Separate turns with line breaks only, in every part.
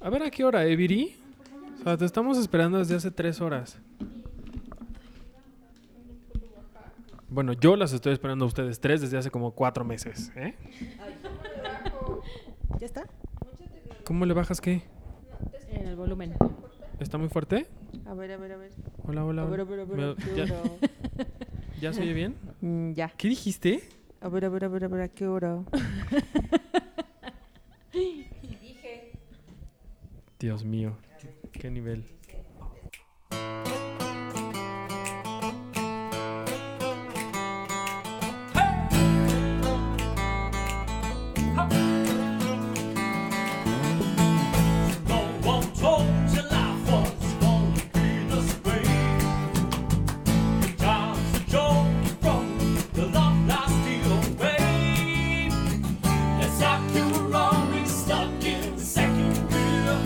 A ver a qué hora, Eviri. O sea, te estamos esperando desde hace tres horas. Bueno, yo las estoy esperando a ustedes tres desde hace como cuatro meses. ¿eh?
¿Ya está?
¿Cómo le bajas qué?
En el volumen.
¿Está muy fuerte?
A ver, a ver, a ver.
Hola, hola.
A ver,
hola.
a ver, a ver.
Me-
¿a qué
¿Ya,
hora?
¿Ya se oye bien?
Mm, ya.
¿Qué dijiste?
A ver, a ver, a ver, a ver, ¿a qué hora?
Dios mío, qué nivel.
No one told you life was gonna be this way. Time's a joke from the love I steal away. It's like you were always stuck in second gear.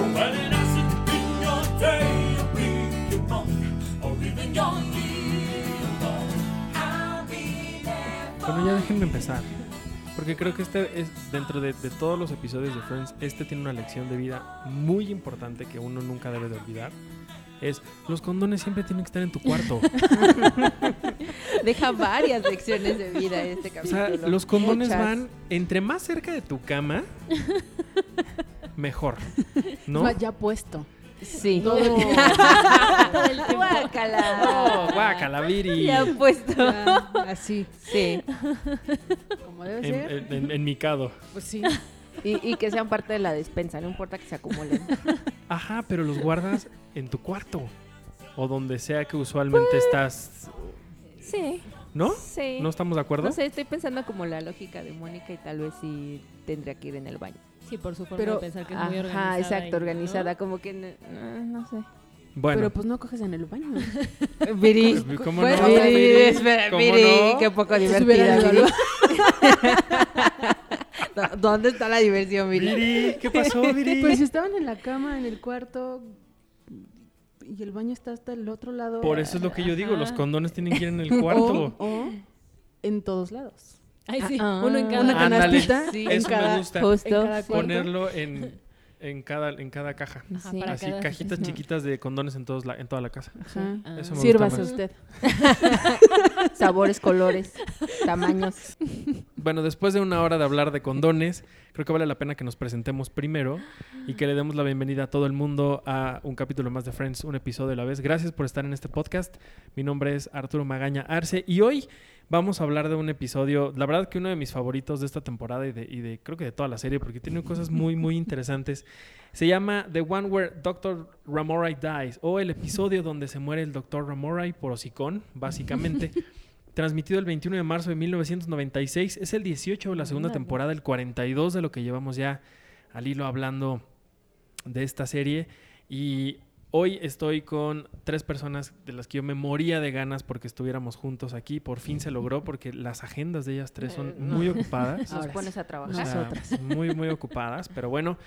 When it hasn't been your day, your week, your month, or even your year. But I'll be there
Bueno, ya déjenme empezar. Porque creo que este es, dentro de, de todos los episodios de Friends, este tiene una lección de vida muy importante que uno nunca debe de olvidar. Es, los condones siempre tienen que estar en tu cuarto.
Deja varias lecciones de vida este
O sea,
capítulo.
los condones
Muchas.
van entre más cerca de tu cama, mejor. ¿No?
Va Ya puesto.
Sí.
No,
Guácala.
no, guácala, Viri.
Ya
En,
puesto.
Así,
Sí.
como debe ser.
en- en- en mi cado.
Pues sí.
Y, y que sean parte de la despensa, no importa que se acumulen.
Ajá, pero los guardas en tu cuarto. O donde sea que usualmente estás.
Sí.
¿No?
Pues, Sí.
¿No estamos de acuerdo?
No sé, estoy pensando como la lógica de Mónica y tal vez sí tendría que ir en el baño.
Sí, por su forma
Pero-
de pensar que es muy organizada.
Ajá,
y-
exacto,
¿no?
organizada, como que no, no, no sé.
Bueno,
Pero pues no coges en el baño.
Viri,
pues, ¿cómo
Bueno,
no?
o sea,
Viri, espera,
¿cómo
Viri,
no?
qué poco
Se hubiera
divertida.
ido al
Viri. Do- ¿Dónde está la diversión, Viri?
Viri, ¿qué pasó, Viri?
Pues si estaban en la cama, en el cuarto, y el baño está hasta el otro lado.
Por eso es lo que yo digo, los
Ajá.
condones tienen que ir en
Oh,
el cuarto.
O, o en todos lados.
Ay, sí,
Ah,
uno en cada.
Una
Ándale,
canastita
sí.
en
eso me
cada...
gusta.
Justo.
en cada
sí.
cuarto.
Ponerlo en, en, cada, en cada caja.
Ajá,
Sí.
para
Así,
cada-
cajitas chiquitas de condones en, todos la- en toda la casa.
Ajá.
Ah.
Eso me
Sírvase
gusta más.
usted.
Sabores, colores, tamaños.
Bueno, después de una hora de hablar de condones, creo que vale la pena que nos presentemos primero y que le demos la bienvenida a todo el mundo a un capítulo más de Friends, un episodio a la vez. Gracias por estar en este podcast. Mi nombre es Arturo Magaña Arce y hoy vamos a hablar de un episodio, la verdad que uno de mis favoritos de esta temporada y de, y de- creo que de toda la serie, porque tiene cosas muy, muy interesantes. Se llama The One Where Dr. Ramoray Dies o el episodio donde se muere el Dr. Ramoray por hocicón, básicamente. Transmitido el 21 de marzo de 1996, es el 18 de la segunda
Ándale.
temporada, el 42 de lo que llevamos ya al hilo hablando de esta serie. Y hoy estoy con tres personas de las que yo me moría de ganas porque estuviéramos juntos aquí. Por fin se logró porque las agendas de ellas tres son
Eh, no.
muy ocupadas.
Nos
Ahora
pones a
O
trabajar.
sea, muy, muy ocupadas. Pero bueno,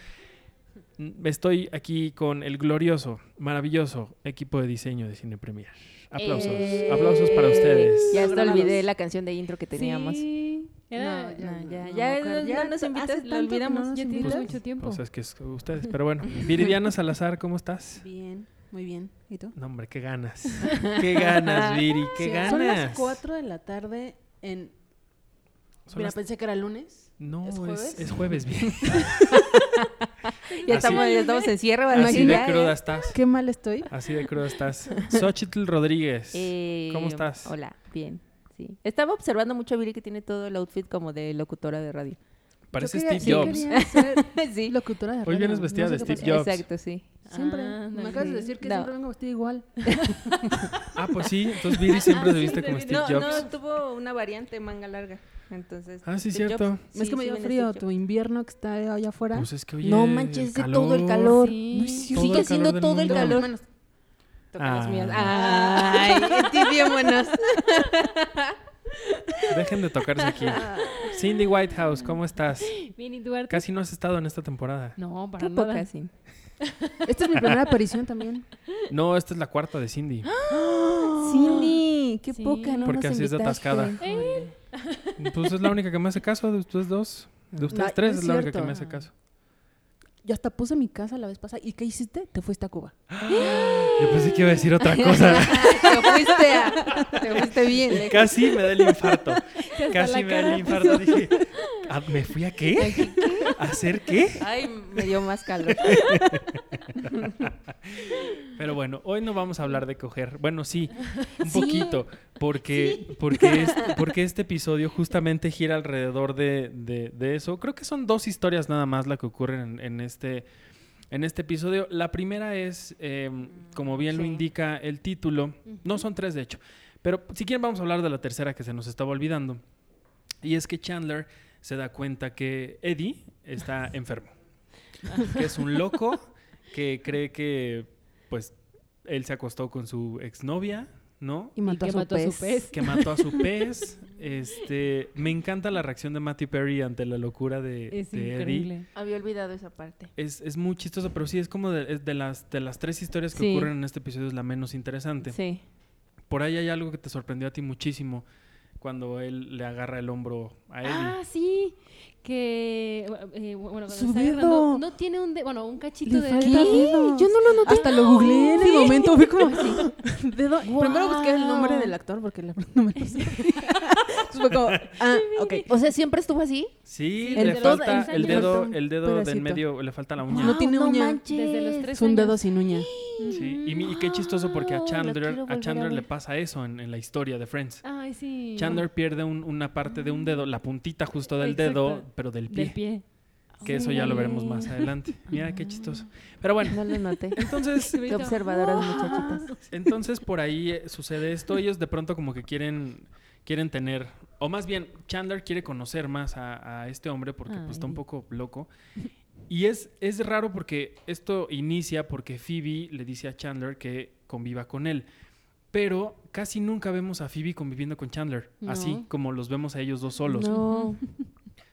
mm, estoy aquí con el glorioso, maravilloso equipo de diseño de Cine Premier. Aplausos.
Eh.
Aplausos para ustedes.
Ya hasta
Programados.
olvidé la canción de intro que teníamos.
Sí.
No,
Era-
no, ya,
no,
ya,
no me acuerdo.
no,
Ya
nos
hace
invitas,
tanto
la
que no
olvidamos.
nos
Ya tiene
Pues,
mucho tiempo.
O sea, es que es ustedes. Pero bueno, Viridiana Salazar, ¿cómo estás?
Bien, muy bien. ¿Y tú?
No, hombre, qué ganas. Qué ganas, Viri, qué
Sí,
ganas.
Son las 4 de la tarde en...
Son
Mira,
las-
pensé que era lunes.
No,
¿Es
es
jueves?
es, jueves bien.
Ya
Así-
estamos, ya estamos en cierre, ¿verdad?
Así de
Ya,
cruda estás.
Qué mal estoy.
Así de cruda estás. Xochitl Rodríguez.
Eh,
¿Cómo estás?
Hola, bien. Sí. Estaba observando mucho a Viri que tiene todo el outfit como de locutora de radio.
Parece
Yo quería-
Steve
yo
Jobs.
quería ser
sí,
locutora de
Hoy vienes
radio,
vestida
no sé
de
qué
Steve Jobs.
exacto, sí.
pasa. Siempre.
Ah,
me
ándale.
acabas de decir que
No.
siempre vengo vestida igual.
Ah, pues sí. Entonces Viri
Ah,
siempre se viste como Steve
no,
Jobs.
no, tuvo una variante manga larga. Entonces,
Ah, sí,
Steve
cierto.
Jobs.
es que me
sí
dio
viene
frío
Steve Jobs.
tu invierno que está allá afuera.
Pues es que oye,
No manches, de todo el calor.
Sí.
No es cierto.
Todo el
Sigue siendo
calor del
todo el
mundo.
calor.
Menos.
Toca las
Ah.
mías. Ay, estoy bien buenos.
Dejen de tocarse aquí. Cindy Whitehouse, ¿cómo estás?
Bien, ¿y tú, Arturo?
Casi no has estado en esta temporada.
No, para
Qué
nada.
poca, sí.
Esta es mi primera aparición también.
No, esta es la cuarta de Cindy.
Cindy, qué
Sí.
poca, Ah, ¿no?
Porque
nos
así es de
invitaste.
atascada. Pues es la única que me hace caso de ustedes dos. De ustedes
No,
tres
es
es la única que
cierto.
me hace caso.
Yo hasta puse mi casa la vez pasada. ¿Y qué hiciste? Te fuiste a Cuba.
Yo pensé que iba a decir otra cosa.
te fuiste, a- te fuiste bien. ¿eh?
Y
lejos.
casi me da el infarto.
Que hasta
Casi
la
me da
cara
el infarto. Dije, "¿Ah, ¿me fui a qué? ¿A hacer qué?
Ay, me dio más calor.
Pero bueno, hoy no vamos a hablar de coger. Bueno, sí, un
Sí.
poquito. Porque, porque, es- porque este episodio justamente gira alrededor de, de- de eso. Creo que son dos historias nada más la que ocurren en, en este, en este episodio. La primera es, eh, como bien lo
Sí.
indica el título, no son tres de hecho. Pero si quieren vamos a hablar de la tercera que se nos estaba olvidando. Y es que Chandler se da cuenta que Eddie está enfermo. que es un loco que cree que pues él se acostó con su exnovia, ¿no?
Y mató,
que
a, su
mató a su
pez.
pez.
Que mató a su pez. Este, me encanta la reacción de Matthew Perry ante la locura de,
Es
de Eddie.
increíble.
Había olvidado esa parte.
Es, es muy chistoso, pero sí es como de, es de las, de las tres historias que
Sí.
ocurren en este episodio es la menos interesante.
Sí.
Por ahí hay algo que te sorprendió a ti muchísimo cuando él le agarra el hombro a Eddie.
Ah, sí. Que. eh, bueno, cuando
Su
está
dedo.
agarrando- No tiene un. de- bueno, un cachito
Le
de.
falta
dedo.
dedo.
Yo no lo noté.
Hasta lo googleé en el momento. Fue como así. Dedo.
Guau.
Primero busqué el nombre del actor porque la verdad no me lo sabía. Entonces fue como, ah, ok.
O sea, siempre estuvo así.
Sí,
Sí,
le
de los
falta
tres
el
años.
dedo,
Falta un
el dedo de en
pedacito.
medio, le falta la uña.
No tiene uña.
Desde los tres
Es un dedo
años.
sin uña.
Sí, y, mi- y qué chistoso porque a
Wow, la
Chandler,
quiero
a
volver
Chandler
ver.
le pasa eso en, en la historia de Friends.
Ay, Ah, sí.
Chandler pierde un- una parte de un dedo, la puntita justo del dedo,
Exacto.
pero del pie.
Del pie.
Que eso ya lo veremos más
Sí.
adelante. Mira qué chistoso. Pero bueno,
No lo noté.
entonces,
Qué observadoras muchachitas.
entonces por ahí eh, sucede esto. Ellos de pronto como que quieren, quieren tener, o más bien Chandler quiere conocer más a, a este hombre porque pues, está un
Ay.
poco loco. Y es, es raro porque esto inicia porque Phoebe le dice a Chandler que conviva con él. Pero casi nunca vemos a Phoebe conviviendo con Chandler, así
No.
como los vemos a ellos dos solos.
No.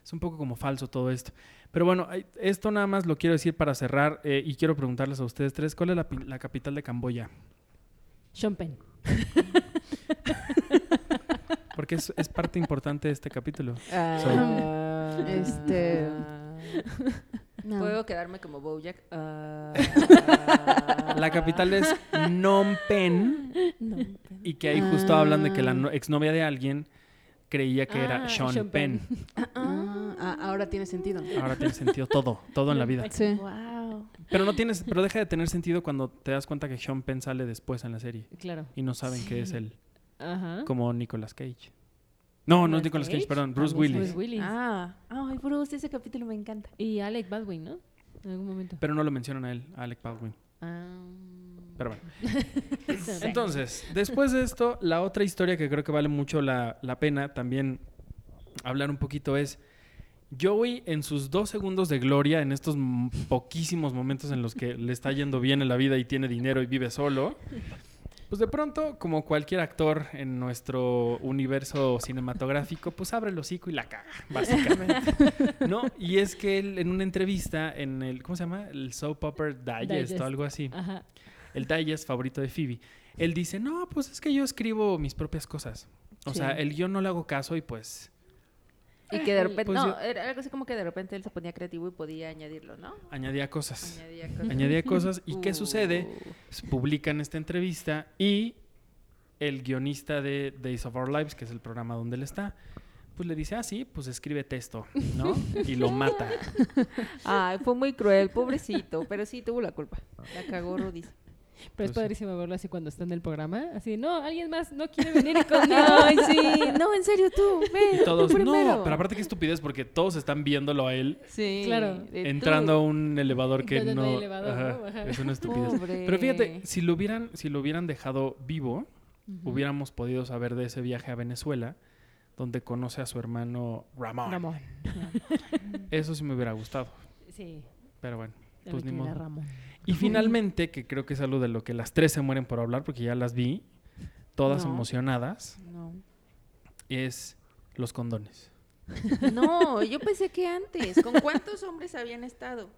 Es un poco como falso todo esto. Pero bueno, ay, esto nada más lo quiero decir para cerrar eh, y quiero preguntarles a ustedes tres, ¿cuál es la, pi- la capital de Camboya?
Sean Penn.
Porque es, es parte importante de este capítulo.
Ah,
Este- No.
Puedo quedarme como Bojack. Ah.
La capital es Phnom Penh
No.
y que ahí justo
Ah.
hablan de que la no- exnovia de alguien creía que
Ah,
era Sean,
Sean
Penn.
Ah, ah, ahora tiene sentido.
Ahora tiene sentido todo, todo en la vida.
Sí.
Wow.
Pero no tienes, pero deja de tener sentido cuando te das cuenta que Sean Penn sale después en la serie
Claro.
y no saben qué es él,
Ajá.
como Nicolas Cage. No, no es Ah. Nicolas Cage, perdón, Bruce
También
Willis.
Bruce Willis.
Ah, ay, Bruce, ese capítulo me encanta.
Y Alec Baldwin, ¿no? En algún momento.
Pero no lo mencionan a él, a Alec Baldwin.
Ah.
Pero bueno.
Sí.
Entonces, después de esto, la otra historia que creo que vale mucho la, la pena también hablar un poquito es Joey en sus dos segundos de gloria, en estos m- poquísimos momentos en los que le está yendo bien en la vida y tiene dinero y vive solo. Pues de pronto, como cualquier actor en nuestro universo cinematográfico, pues abre el hocico y la caga, básicamente. ¿No? Y es que él en una entrevista en el, ¿cómo se llama? El Soap Opera Digest,
Digest.
o algo así
Ajá.
el digest favorito de Phoebe. Él dice, no, pues es que yo escribo mis propias cosas. O
Sí.
sea, el guión no le hago caso y pues
Y que de repente,
Pues
no,
yo-
era algo así como que de repente él se ponía creativo y podía añadirlo, ¿no?
añadía cosas.
Añadía cosas.
Añadía cosas. ¿Y qué
Uh.
sucede? Pues, publican esta entrevista y el guionista de Days of Our Lives, que es el programa donde él está, pues le dice, ah, sí, pues escribe texto, ¿no? Y lo mata.
Ay, fue muy cruel, pobrecito, pero sí tuvo la culpa. La cagó Rudis.
Pero
Pues
es
sí.
padrísimo verlo así cuando está en el programa. Así, no, alguien más no quiere venir conmigo.
Ay, sí, no, en serio tú, ven.
Y todos,
tú primero.
no, pero aparte qué estupidez porque todos están viéndolo a él
Sí,
Claro.
de Eh, tú.
entrando a un elevador que
Entrando en el
no,
elevador,
ajá,
¿no? Ajá.
es una estupidez.
Pobre.
Pero fíjate, si lo hubieran, si lo hubieran dejado vivo, hubiéramos podido saber de ese viaje a Venezuela, donde conoce a su hermano Ramón.
Ramón.
Eso sí me hubiera gustado,
Sí.
pero bueno.
ya
Pues
me
ni
queda
modo.
Ramón.
Y finalmente, que creo que es algo de lo que las tres se mueren por hablar, porque ya las vi, todas
No.
emocionadas,
No.
es los condones.
No, yo pensé que antes. ¿Con cuántos hombres habían estado?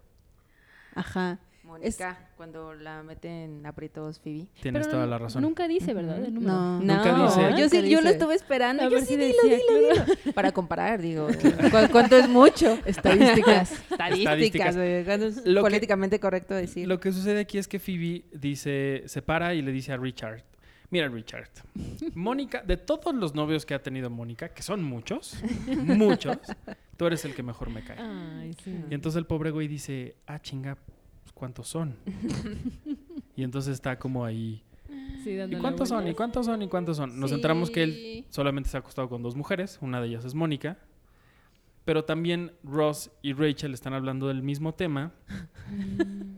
Ajá.
Mónica, cuando la meten aprietos Phoebe.
Tienes
Pero
toda
no-
la razón.
Nunca dice, ¿verdad? El número.
No.
Nunca dice.
yo, sí,
Nunca
yo lo
dice.
estuve esperando.
A
yo
ver
sí,
si
dilo,
decía,
dilo, dilo. Para comparar, digo, ¿cu- ¿cuánto es mucho? Estadísticas.
Estadísticas.
Estadísticas, güey, ¿cuánto es
Lo que-
políticamente correcto decir.
Lo que sucede aquí es que Phoebe dice, se para y le dice a Richard, mira Richard, Mónica, de todos los novios que ha tenido Mónica, que son muchos, muchos, tú eres el que mejor me cae.
Ay, sí.
Y entonces el pobre güey dice, ah, chinga, pues, ¿cuántos son? Y entonces está como ahí,
Sí,
¿y
dándole
cuántos son? ¿Y
vueltas.
cuántos son? ¿Y cuántos son? Nos centramos que él
Sí.
solamente se ha acostado con dos mujeres, una de ellas es Mónica, pero también Ross y Rachel están hablando del mismo tema,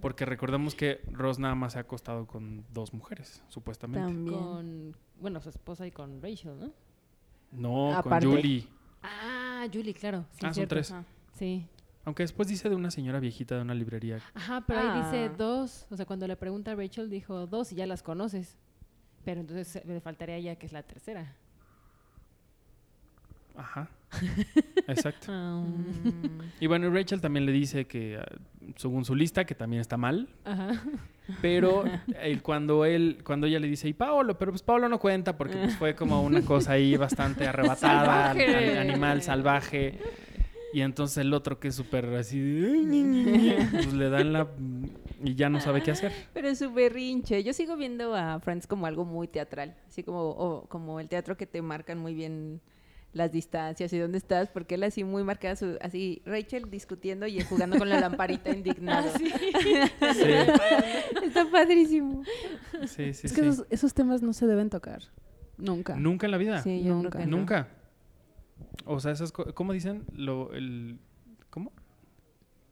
porque recordemos que Ross nada más se ha acostado con dos mujeres, supuestamente.
También.
Con, bueno, su esposa y con Rachel, ¿no?
No,
Aparte.
con Julie.
Ah, Julie, claro. Sí,
Ah, son
cierto.
tres.
Sí.
Aunque después dice de una señora viejita de una librería.
Ajá, pero ahí dice
Ah.
dos. O sea, cuando le pregunta a Rachel, dijo dos y ya las conoces. Pero entonces eh, le faltaría ya que es la tercera.
Ajá. Exacto.
Mm.
Y bueno, y Rachel también le dice que, ah, según su lista, que también está mal,
Ajá.
Pero el- cuando él, cuando ella le dice, y Paolo, pero pues Paolo no cuenta porque pues, fue como una cosa ahí bastante arrebatada, al- al-
Salvaje.
animal salvaje. Y entonces el otro que es súper así, de, pues le dan la... y ya no sabe qué hacer.
Pero es un berrinche. Yo sigo viendo a Friends como algo muy teatral, así como, o como el teatro que te marcan muy bien las distancias y dónde estás, porque él así muy marcada, su- así Rachel discutiendo y él jugando con la lamparita indignado.
Sí,
Está padrísimo.
sí, sí.
Es
sí.
que esos, esos temas no se deben tocar. Nunca.
Nunca en la vida.
Sí, yo
Nunca.
creo que no.
Nunca. O sea, esas co- ¿Cómo dicen? Lo, el, ¿Cómo?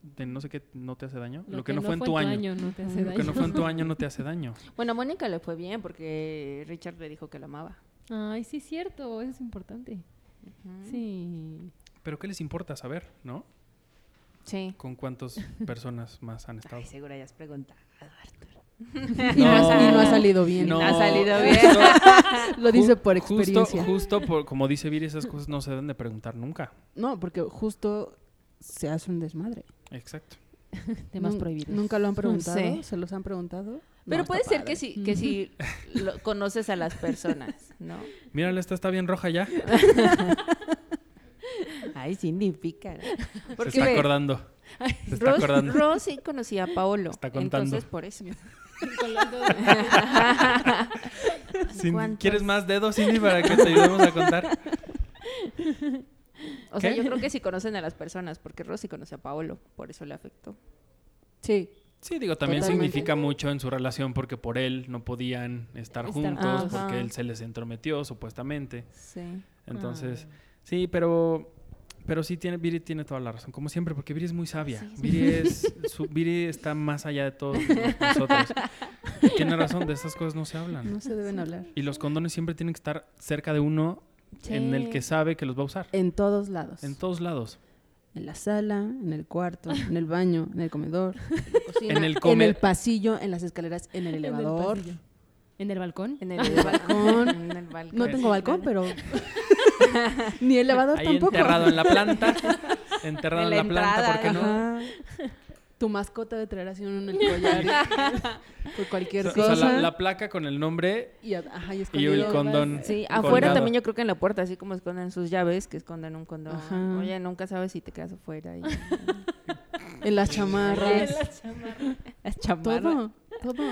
De no sé qué no te hace daño. Lo, que, no fue en tu año.
no te hace
Lo que no
daño.
fue en tu año no te hace daño.
Bueno, a Mónica le fue bien porque Richard le dijo que la amaba.
Ay, sí, cierto. Eso es importante. Mm.
Mm.
Sí.
Pero ¿qué les importa saber, no?
Sí.
¿Con cuántas personas más han estado?
Ay, seguro ya has preguntado, Arthur.
Y, no ha, y no ha
No.
salido bien.
No. ha salido bien.
justo-
Lo dice
ju-
por
justo-
experiencia.
Justo, por, como dice Viri, esas cosas no se deben de preguntar nunca.
No, porque justo se hace un desmadre.
Exacto.
Temas
Nun-
prohibidos.
Nunca lo han preguntado.
sé.
¿Se los han preguntado?
Pero
No,
puede
está
ser
padre.
que si,
Mm.
que si lo- conoces a las personas, ¿no?
Mírala, esta está bien roja ya. Se
Ay, Cindy, pícara. Porque
está
ve,
acordando. Se está
Ross,
acordando.
Ross sí conocía a Paolo.
Está contando.
Entonces, por eso.
Con los dos.
Cindy,
¿Cuántos?
¿Quieres más dedos, Cindy, para que te ayudemos a contar?
O sea,
¿Qué?
yo creo que sí conocen a las personas, porque Ross sí conoce a Paolo, por eso le afectó.
Sí.
Sí, digo, también
Totalmente.
significa mucho en su relación porque por él no podían estar
Estar
juntos,
juntos.
porque
Ajá.
él se les entrometió, supuestamente.
Sí.
Entonces,
Ah.
sí, pero pero sí tiene Viri tiene toda la razón, como siempre, porque Viri es muy sabia. Viri es su- Viri está más allá de todos nosotros. Y tiene razón, de estas cosas no se hablan.
No se deben hablar.
Y los condones siempre tienen que estar cerca de uno en el que sabe que los va a usar.
En todos lados.
En todos lados.
En la sala, en el cuarto, en el baño, en el comedor, en la cocina,
En el come-
en el pasillo, en las escaleras, en el elevador.
En el, balcón.
En el balcón. en el balcón.
no tengo balcón, pero ni elevador
Ahí
tampoco.
enterrado en la planta. Enterrado en
En
la,
la
planta,
entrada,
¿por qué no?
Ajá. Tu mascota de traer así uno en el collar por cualquier
O sea,
cosa.
o sea, la, la placa con el nombre
Y, a- ajá, y
y el
escondido.
condón.
Sí, afuera
colgado.
también yo creo que en la puerta, así como esconden sus llaves, que esconden un condón.
Ajá.
Oye, nunca sabes si te quedas afuera. Y...
En las chamarras.
Las chamarras.
Todo, todo.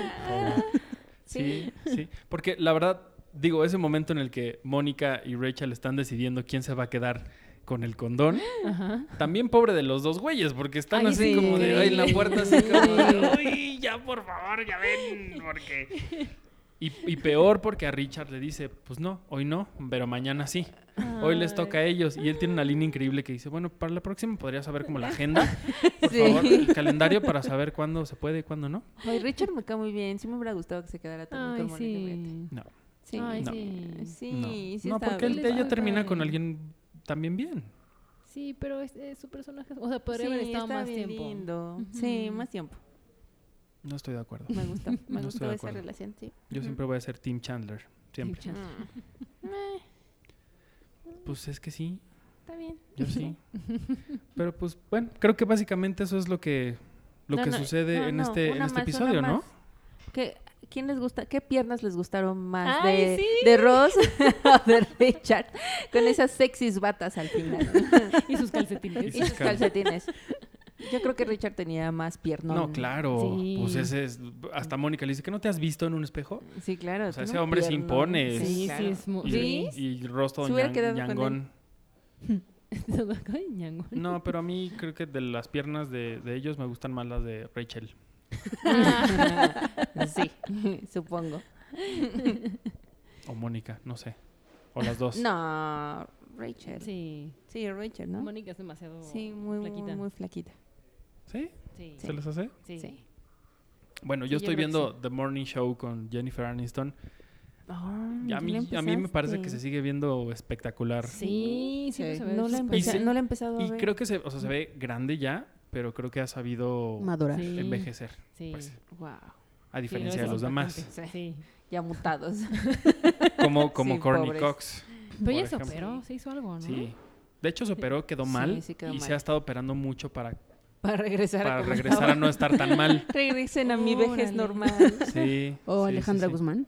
Sí, sí. Porque la verdad, digo, ese momento en el que Mónica y Rachel están decidiendo quién se va a quedar con el condón,
Ajá.
también pobre de los dos güeyes, porque están
Ay,
así
sí.
como de ahí en la puerta, así como de, uy, ya por favor, ya ven, porque. Y, y peor porque a Richard le dice, pues no, hoy no, pero mañana sí. Hoy les toca a ellos. Y él tiene una línea increíble que dice, bueno, para la próxima podría saber como la agenda, por
Sí.
favor, el calendario para saber cuándo se puede y cuándo no.
Ay, Richard me cae muy bien. Sí me hubiera gustado que se quedara también
Ay,
con Mónica. fíjate.
sí.
No.
Sí.
Ay,
No.
sí.
Sí,
no,
sí
no
está
porque él,
bien.
ella termina con
Padre.
alguien también bien.
Sí, pero es, es su personaje. O sea, podría
Sí,
haber estado
está
más
bien
tiempo.
lindo. Sí, más tiempo.
No estoy de acuerdo.
Me gustó. Me
No estoy
gustó
de
esa
acuerdo.
relación, sí.
Yo siempre voy a ser Team Chandler. Siempre.
Chale.
Mm.
Eh,
Pues es que sí,
Está bien.
yo sí. Pero pues bueno, creo que básicamente eso es lo que lo
No,
que
no,
sucede
no,
en
no,
este, en
una
este
más, una
episodio, ¿no?
más. ¿Qué, ¿Quién les gusta? ¿Qué piernas les gustaron más?
¡Ay,
de,
sí!
de Ross o de Richard. Con esas sexys batas al final.
Y sus calcetines.
y sus calcetines. Yo creo que Richard tenía más piernas.
No, claro.
Sí.
Pues ese es. Hasta Mónica le dice que no te has visto en un espejo.
Sí, claro.
O sea,
tiene
ese
un
hombre se
piernón.
impone,
Sí,
es-
sí,
claro.
es muy...
Y,
Sí.
y rostro
Se hubiera
ñan-
quedado con
ñangón.
Todo acá, ñango.
No, pero a mí creo que de las piernas de, de ellos me gustan más las de Rachel.
sí, supongo.
O Mónica, no sé. O las dos.
No, Rachel. Sí,
Sí.
Rachel, ¿no?
Mónica es demasiado
Sí, muy, muy,
flaquita.
muy flaquita.
¿Sí?
Sí.
¿Se les hace?
Sí.
Sí.
Bueno, yo,
Sí, yo
estoy
creo que
viendo The Morning Show con Jennifer Aniston. Y a, mí, a mí me parece
este
que se sigue viendo espectacular.
Sí, sí,
Sí.
pues, a ver,
No, la
sus
he
empecé-
empeza-
se-
no la he empezado a
Y
ver. Mm.
creo que se, o sea, se ve grande ya, pero creo que ha sabido
Madura.
Sí.
envejecer,
Sí.
pues,
Wow,
a
Sí,
diferencia
eso
de
es
los demás.
importante. Sí.
ya mutados.
Como, como
Sí,
Courtney
pobres.
Cox.
Pero
por
ella se
ejemplo.
operó, se hizo algo, ¿no?
Sí. De hecho, se operó, quedó mal
sí quedó
y
mal.
se ha estado operando mucho para,
Para regresar a
para
como
regresar a
estaba.
no estar tan mal.
Regresen a mi vejez
Órale.
normal.
Sí. sí,
O
sí,
Alejandra
sí.
Guzmán.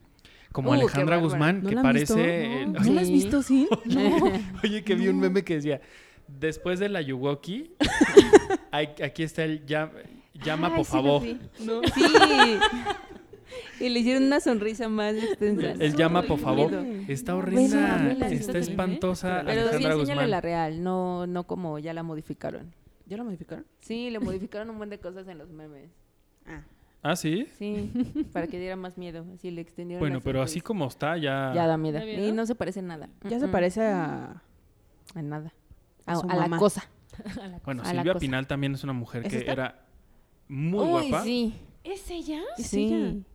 Como
Uh, qué
Alejandra
bárbara.
Guzmán,
¿No
que
la han visto?
parece.
¿No,
el-
¿No la has
Sí.
visto, sí?
Oye, que vi un meme que decía: Después de la Yuwoki, hay- aquí está el ya- llama,
Ay,
por
sí lo
favor.
vi. Sí. Y le hicieron una sonrisa más extensa.
El llama, por favor.
horrible.
Está
Vela,
horrenda.
vela,
Está
vela.
espantosa.
Pero sí,
Alejandra
enséñale
Guzmán.
la real, no, no como ya la modificaron.
¿Ya la modificaron?
Sí, le modificaron un buen de cosas en los memes.
Ah, sí.
Sí, para que diera más miedo. Así le extendieron.
Bueno,
la
pero así
cicatriz.
como está, ya.
Ya da miedo.
¿Da miedo?
Y no se parece en nada.
Ya se
Mm-mm,
parece a...
A nada.
A
A,
su
a la
mamá.
cosa.
Bueno,
a la
Silvia
cosa.
Pinal también es una mujer
¿Es
que
esta?
era muy
Uy,
guapa.
sí.
¿Es ella?
Ah, Sí.
Pe-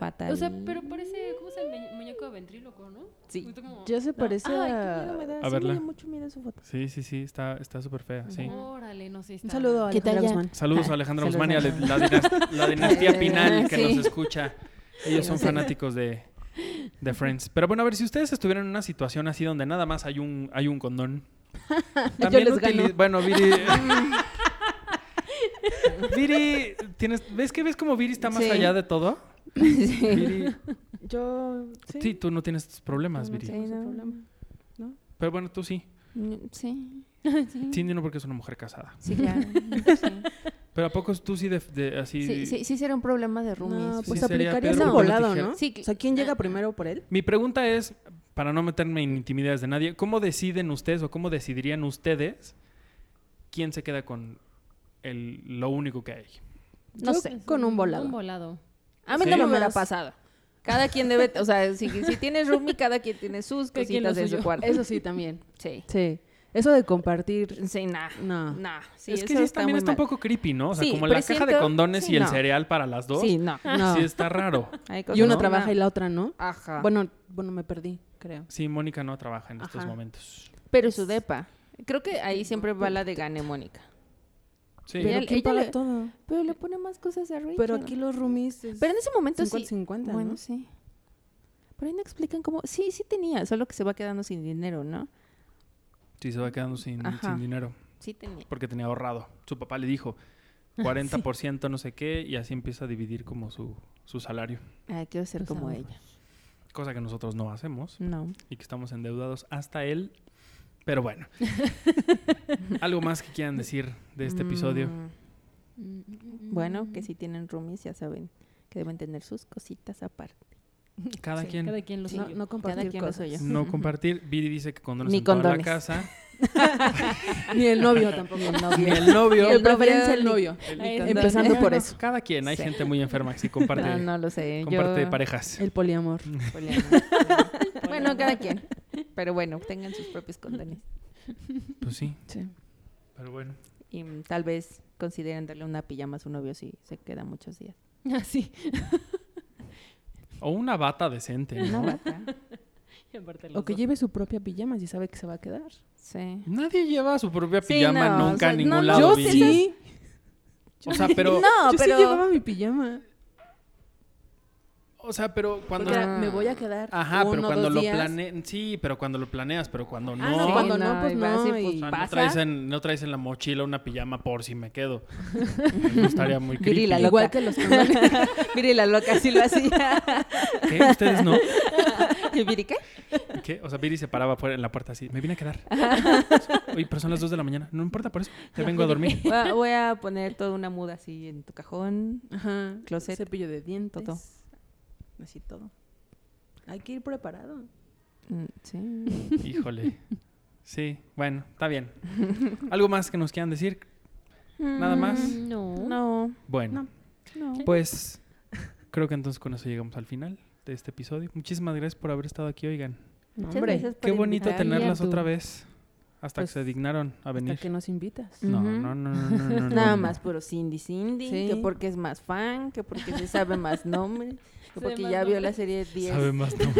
Fatal.
O sea, pero parece, ¿cómo se llama? Muñeco ventríloco, ¿no?
Sí.
Está como-
Ya se parece
Ay,
a...
qué miedo me da.
A
Sí me
verla.
dio mucho miedo su foto.
Sí, sí, sí, está está súper fea, sí.
Órale, no sé.
Un
está-
saludo a
¿Qué tal
Alejandra
ya?
Guzmán.
Saludos a Alejandra
Saludos,
Guzmán y a la,
Alejandra.
la dinast- la dinastía Pinal que
Sí.
nos escucha. Ellos son fanáticos de, de Friends. Pero bueno, a ver, si ustedes estuvieran en una situación así donde nada más hay un, hay un condón.
les gano.
utili- Bueno, Viri. Viri, tienes, ¿ves que ves como Viri está más
Sí.
allá de todo? Viri,
Yo... Sí.
sí, tú no tienes estos problemas, Viri.
Sí, no.
problema.
Pero bueno, tú sí.
Mm, Sí.
Cindy no porque es una mujer casada.
Sí, claro. Sí.
Pero ¿a poco tú sí de, de- así?
Sí, sí, sí será un problema de
No,
roomies.
pues
Sí, sería
aplicarías
Pedro
el
con la
volado,
tijera.
¿no?
Sí, ah,
O sea, ¿quién llega primero por él?
Mi pregunta es, para no meterme en intimidades de nadie, ¿cómo deciden ustedes o cómo decidirían ustedes quién se queda con el, lo único que hay?
No
Yo
sé.
Con un volado.
Un volado.
A mí
Sí.
no me hubiera
Más.
pasado. Cada quien debe, o sea, si, si tienes roomie, cada quien tiene sus
Cada quien lo
cositas en su
suyo.
cuarto.
Eso sí, también.
Sí.
Sí. Eso de compartir...
Sí, nah.
No.
Nah. Sí,
es que
eso
sí,
está
también
muy
está un
mal.
poco creepy, ¿no? O sea,
Sí,
como la
presiento-
caja de condones
sí,
y el
no.
cereal para las dos.
Sí,
Sí,
no.
No.
está raro.
Hay cosas
Y uno
que-
trabaja y la otra no.
Ajá.
Bueno, bueno, me perdí, creo.
Sí, Mónica no trabaja en estos
Ajá.
momentos.
Pero su depa. Creo que ahí siempre va la de gane Mónica.
Sí.
Pero
Pero
ella-
¿quién
ella
paga
le-
todo?
Pero le pone más cosas a Rachel.
Pero aquí los roomies este, es
Pero en ese momento sí.
50-50,
Bueno,
¿no?
sí. Pero ahí no explican cómo. Sí, sí tenía, solo que se va quedando sin dinero, ¿no?
Sí, se va quedando sin,
Ajá.
sin dinero
Sí tenía.
porque tenía ahorrado. Su papá le dijo 40% no sé qué y así empieza a dividir como su, su salario.
Ah, quiero ser
Los
como
ahorros.
ella.
Cosa que nosotros no hacemos.
No.
y que estamos endeudados hasta él. Pero bueno. Algo más que quieran decir de este episodio.
Mm, Bueno, que si tienen roomies, ya saben que deben tener sus cositas aparte.
Cada
Sí,
quien.
Cada quien lo Ah,
Sí.
suyo.
No, no compartir
Cada quien lo
cosas.
suyo.
No compartir. Viri dice que condones
Ni
en toda
condones.
la casa.
Ni el novio tampoco.
el
Ni
novio.
el novio.
El
De preferencia
novio
el novio. Empezando
Bueno,
por eso.
Cada quien. Hay
Sí.
gente muy enferma que sí comparte,
No, no lo sé.
comparte
yo-
parejas.
El poliamor.
poliamor. bueno, cada quien. Pero bueno, tengan sus propios condones.
Pues sí.
Sí.
Pero bueno.
Y mm, tal vez consideren darle una pijama a su novio si se queda muchos días.
Ah, sí.
O una bata decente.
Una
¿no?
bata.
Y aparte los
O que
dos.
lleve su propia pijama si sabe que se va a quedar.
Sí.
Nadie lleva su propia
Sí,
pijama
no, o
nunca
sea,
a ningún
no, no,
lado.
Yo
Viri.
sí.
O sea, pero.
No,
yo sí
pero.
llevaba mi pijama.
O sea, pero cuando...
Porque era, me voy a quedar.
Ajá, pero
uno,
cuando
dos
lo
días".
planeas... Sí, pero cuando lo planeas, pero cuando no...
Ah, no, cuando no,
no,
pues
y vas
no.
y pues
O
y-
sea,
pasa.
no traes, en, no traes en la mochila una pijama por si me quedo. Me estaría muy creepy.
Virila, loca.
Igual que los tamales.
Viri la loca, así lo hacía.
¿Qué? ¿Ustedes no?
¿Y Viri qué?
¿Qué? O sea, Viri se paraba fuera en la puerta así. Me vine a quedar. Oye, pero son las 2 de la mañana. No importa, por eso. Ya vengo a dormir.
Voy a, voy a poner toda una muda así en tu cajón.
Ajá.
Closet.
Cepillo de dientes.
Todo.
Así todo. Hay que ir preparado.
Mm, Sí.
Híjole. Sí, bueno, está bien. ¿Algo más que nos quieran decir? ¿Nada más?
Mm, No.
No.
Bueno.
No.
¿eh?
Pues creo que entonces con eso llegamos al final de este episodio. Muchísimas gracias por haber estado aquí, oigan.
Muchas
Hombre,
gracias por
Qué bonito
invitarme.
tenerlas
tú.
otra vez. Hasta
Pues,
que se dignaron a venir.
Hasta que nos invitas.
No,
Ujú.
no, no, no, no, no,
Nada
no.
más puro Cindy Cindy,
Sí.
que porque es más fan, que porque se sabe más nombre, que
Sabe
porque
más
ya vio
nombre.
la serie
Sabe
10,
más no.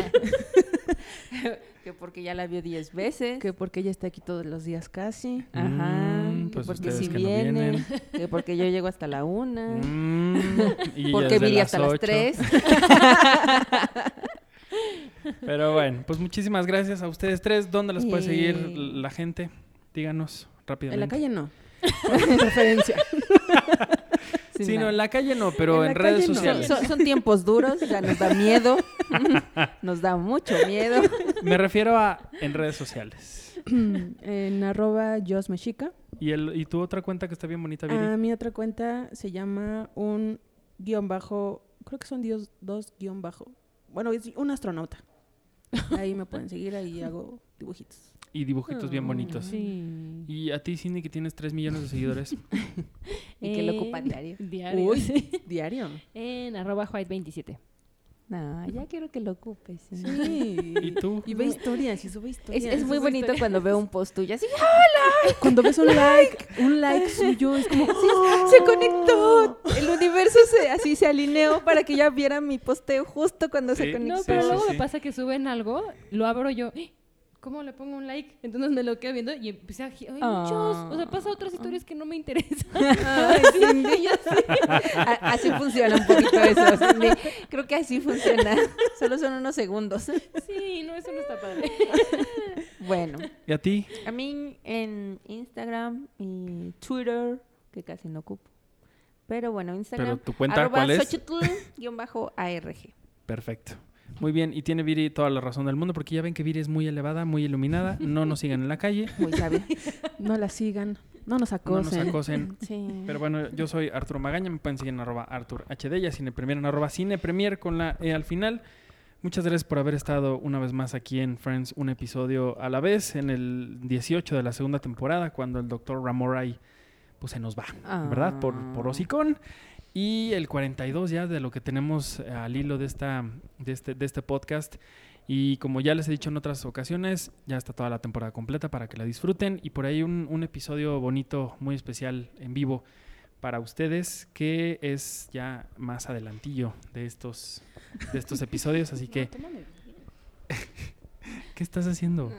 que porque ya la vio 10 veces,
Que porque ella está aquí todos los días casi.
Ajá,
Mm,
que
pues
porque
ustedes
si
que no
vienen,
vienen.
que porque yo llego hasta la una,
Mm, y
porque
desde
Viri hasta las
ocho.
3.
Pero bueno, pues muchísimas gracias a ustedes tres. ¿Dónde las puede seguir
Yay.
la gente? Díganos rápidamente.
En la calle no. De preferencia.
Sí, no, en la calle no, pero
En
en,
la
redes
calle no.
son,
sociales.
son- son tiempos duros, ya nos da miedo, nos da mucho miedo.
Me refiero a en redes sociales.
en arroba Jos Mexica.
Y, el, y tu otra cuenta que está bien bonita, Viri.
A mi otra cuenta se llama un guión bajo, creo que son dios, dos guión bajo. Bueno, es un astronauta. Ahí me pueden seguir, ahí hago dibujitos.
y dibujitos bien
Ah,
bonitos.
Sí.
Y a ti, Cindy, que tienes 3 millones de seguidores.
Y que loco
En-
pandario.
Eh, Diario.
Uy.
sí.
Diario.
En arroba white27.
No, ya quiero que lo ocupes. ¿eh?
Sí.
¿Y tú?
Y ve historias, y sube historias.
Es, es muy
sube
bonito
historias.
cuando veo un post tuyo así,
Cuando ves un like, un like suyo, es como...
Se conectó. El universo se, así se alineó para que ya viera mi posteo justo cuando
Sí.
se conectó.
No,
Sí,
pero
sí,
luego
sí.
me pasa que suben algo, lo abro yo. ¡eh! ¿Cómo le pongo un like? Entonces me lo quedo viendo y empecé a... gi- ¡Ay, muchos! O sea, pasa otras historias que no me interesan.
Ay, Cindy, yo sí. A- Así funciona un poquito eso, Cindy. Creo que así funciona. Solo son unos segundos.
Sí, no, eso no está padre.
Bueno,
¿Y a ti?
a mí en Instagram y Twitter, que casi no ocupo. Pero bueno, Instagram.
¿Pero tu cuenta
arroba
cuál es?
Xochitl-ARG.
Perfecto. Muy bien, y tiene Viri toda la razón del mundo, porque ya ven que Viri es muy elevada, muy iluminada. No nos sigan en la calle,
Muy sabia.
No la sigan, no nos
no nos
acosen.
acosen.
Sí.
Pero bueno, yo soy Arturo Magaña, me pueden seguir en arroba Artur HD y a Cinepremier en arroba Cinepremier con la E al final. Muchas gracias por haber estado una vez más aquí en Friends, un episodio a la vez, en el 18 de la segunda temporada, cuando el doctor Ramoray pues se nos va, ¿verdad? Por, por
Ah.
hocicón. Y el 42 ya de lo que tenemos eh, al hilo de, esta, de, este, de este podcast. Y como ya les he dicho en otras ocasiones, ya está toda la temporada completa para que la disfruten. Y por ahí un, un episodio bonito, muy especial en vivo para ustedes, que es ya más adelantillo de estos, de estos episodios. Así que, ¿qué estás haciendo?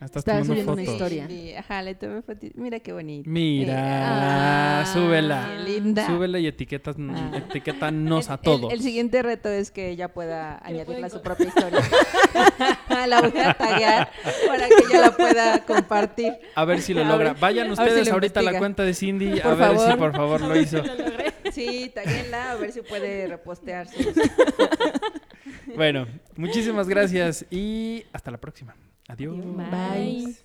Estás
Estaba
tomando
subiendo
fotos.
una historia.
Sí, ajá, le tomé foti- Mira qué bonito.
Mira,
Ah,
súbela.
qué linda.
Súbela y etiquetas,
Ah.
etiquétanos a
El-
todos.
El, siguiente reto es que ella pueda
Que lo
añadirla a
pueden
su
co-
propia historia. la voy a taguear para que ella la pueda compartir.
A ver si lo
A
logra.
ver-
Vayan
a ver si
ustedes
lo
ahorita a la
investiga.
cuenta de Cindy a
Por
ver si
favor.
por favor lo hizo.
Sí, taguenla a ver si puede repostear sus-
Bueno, muchísimas gracias y hasta la próxima. Adiós.
Bye.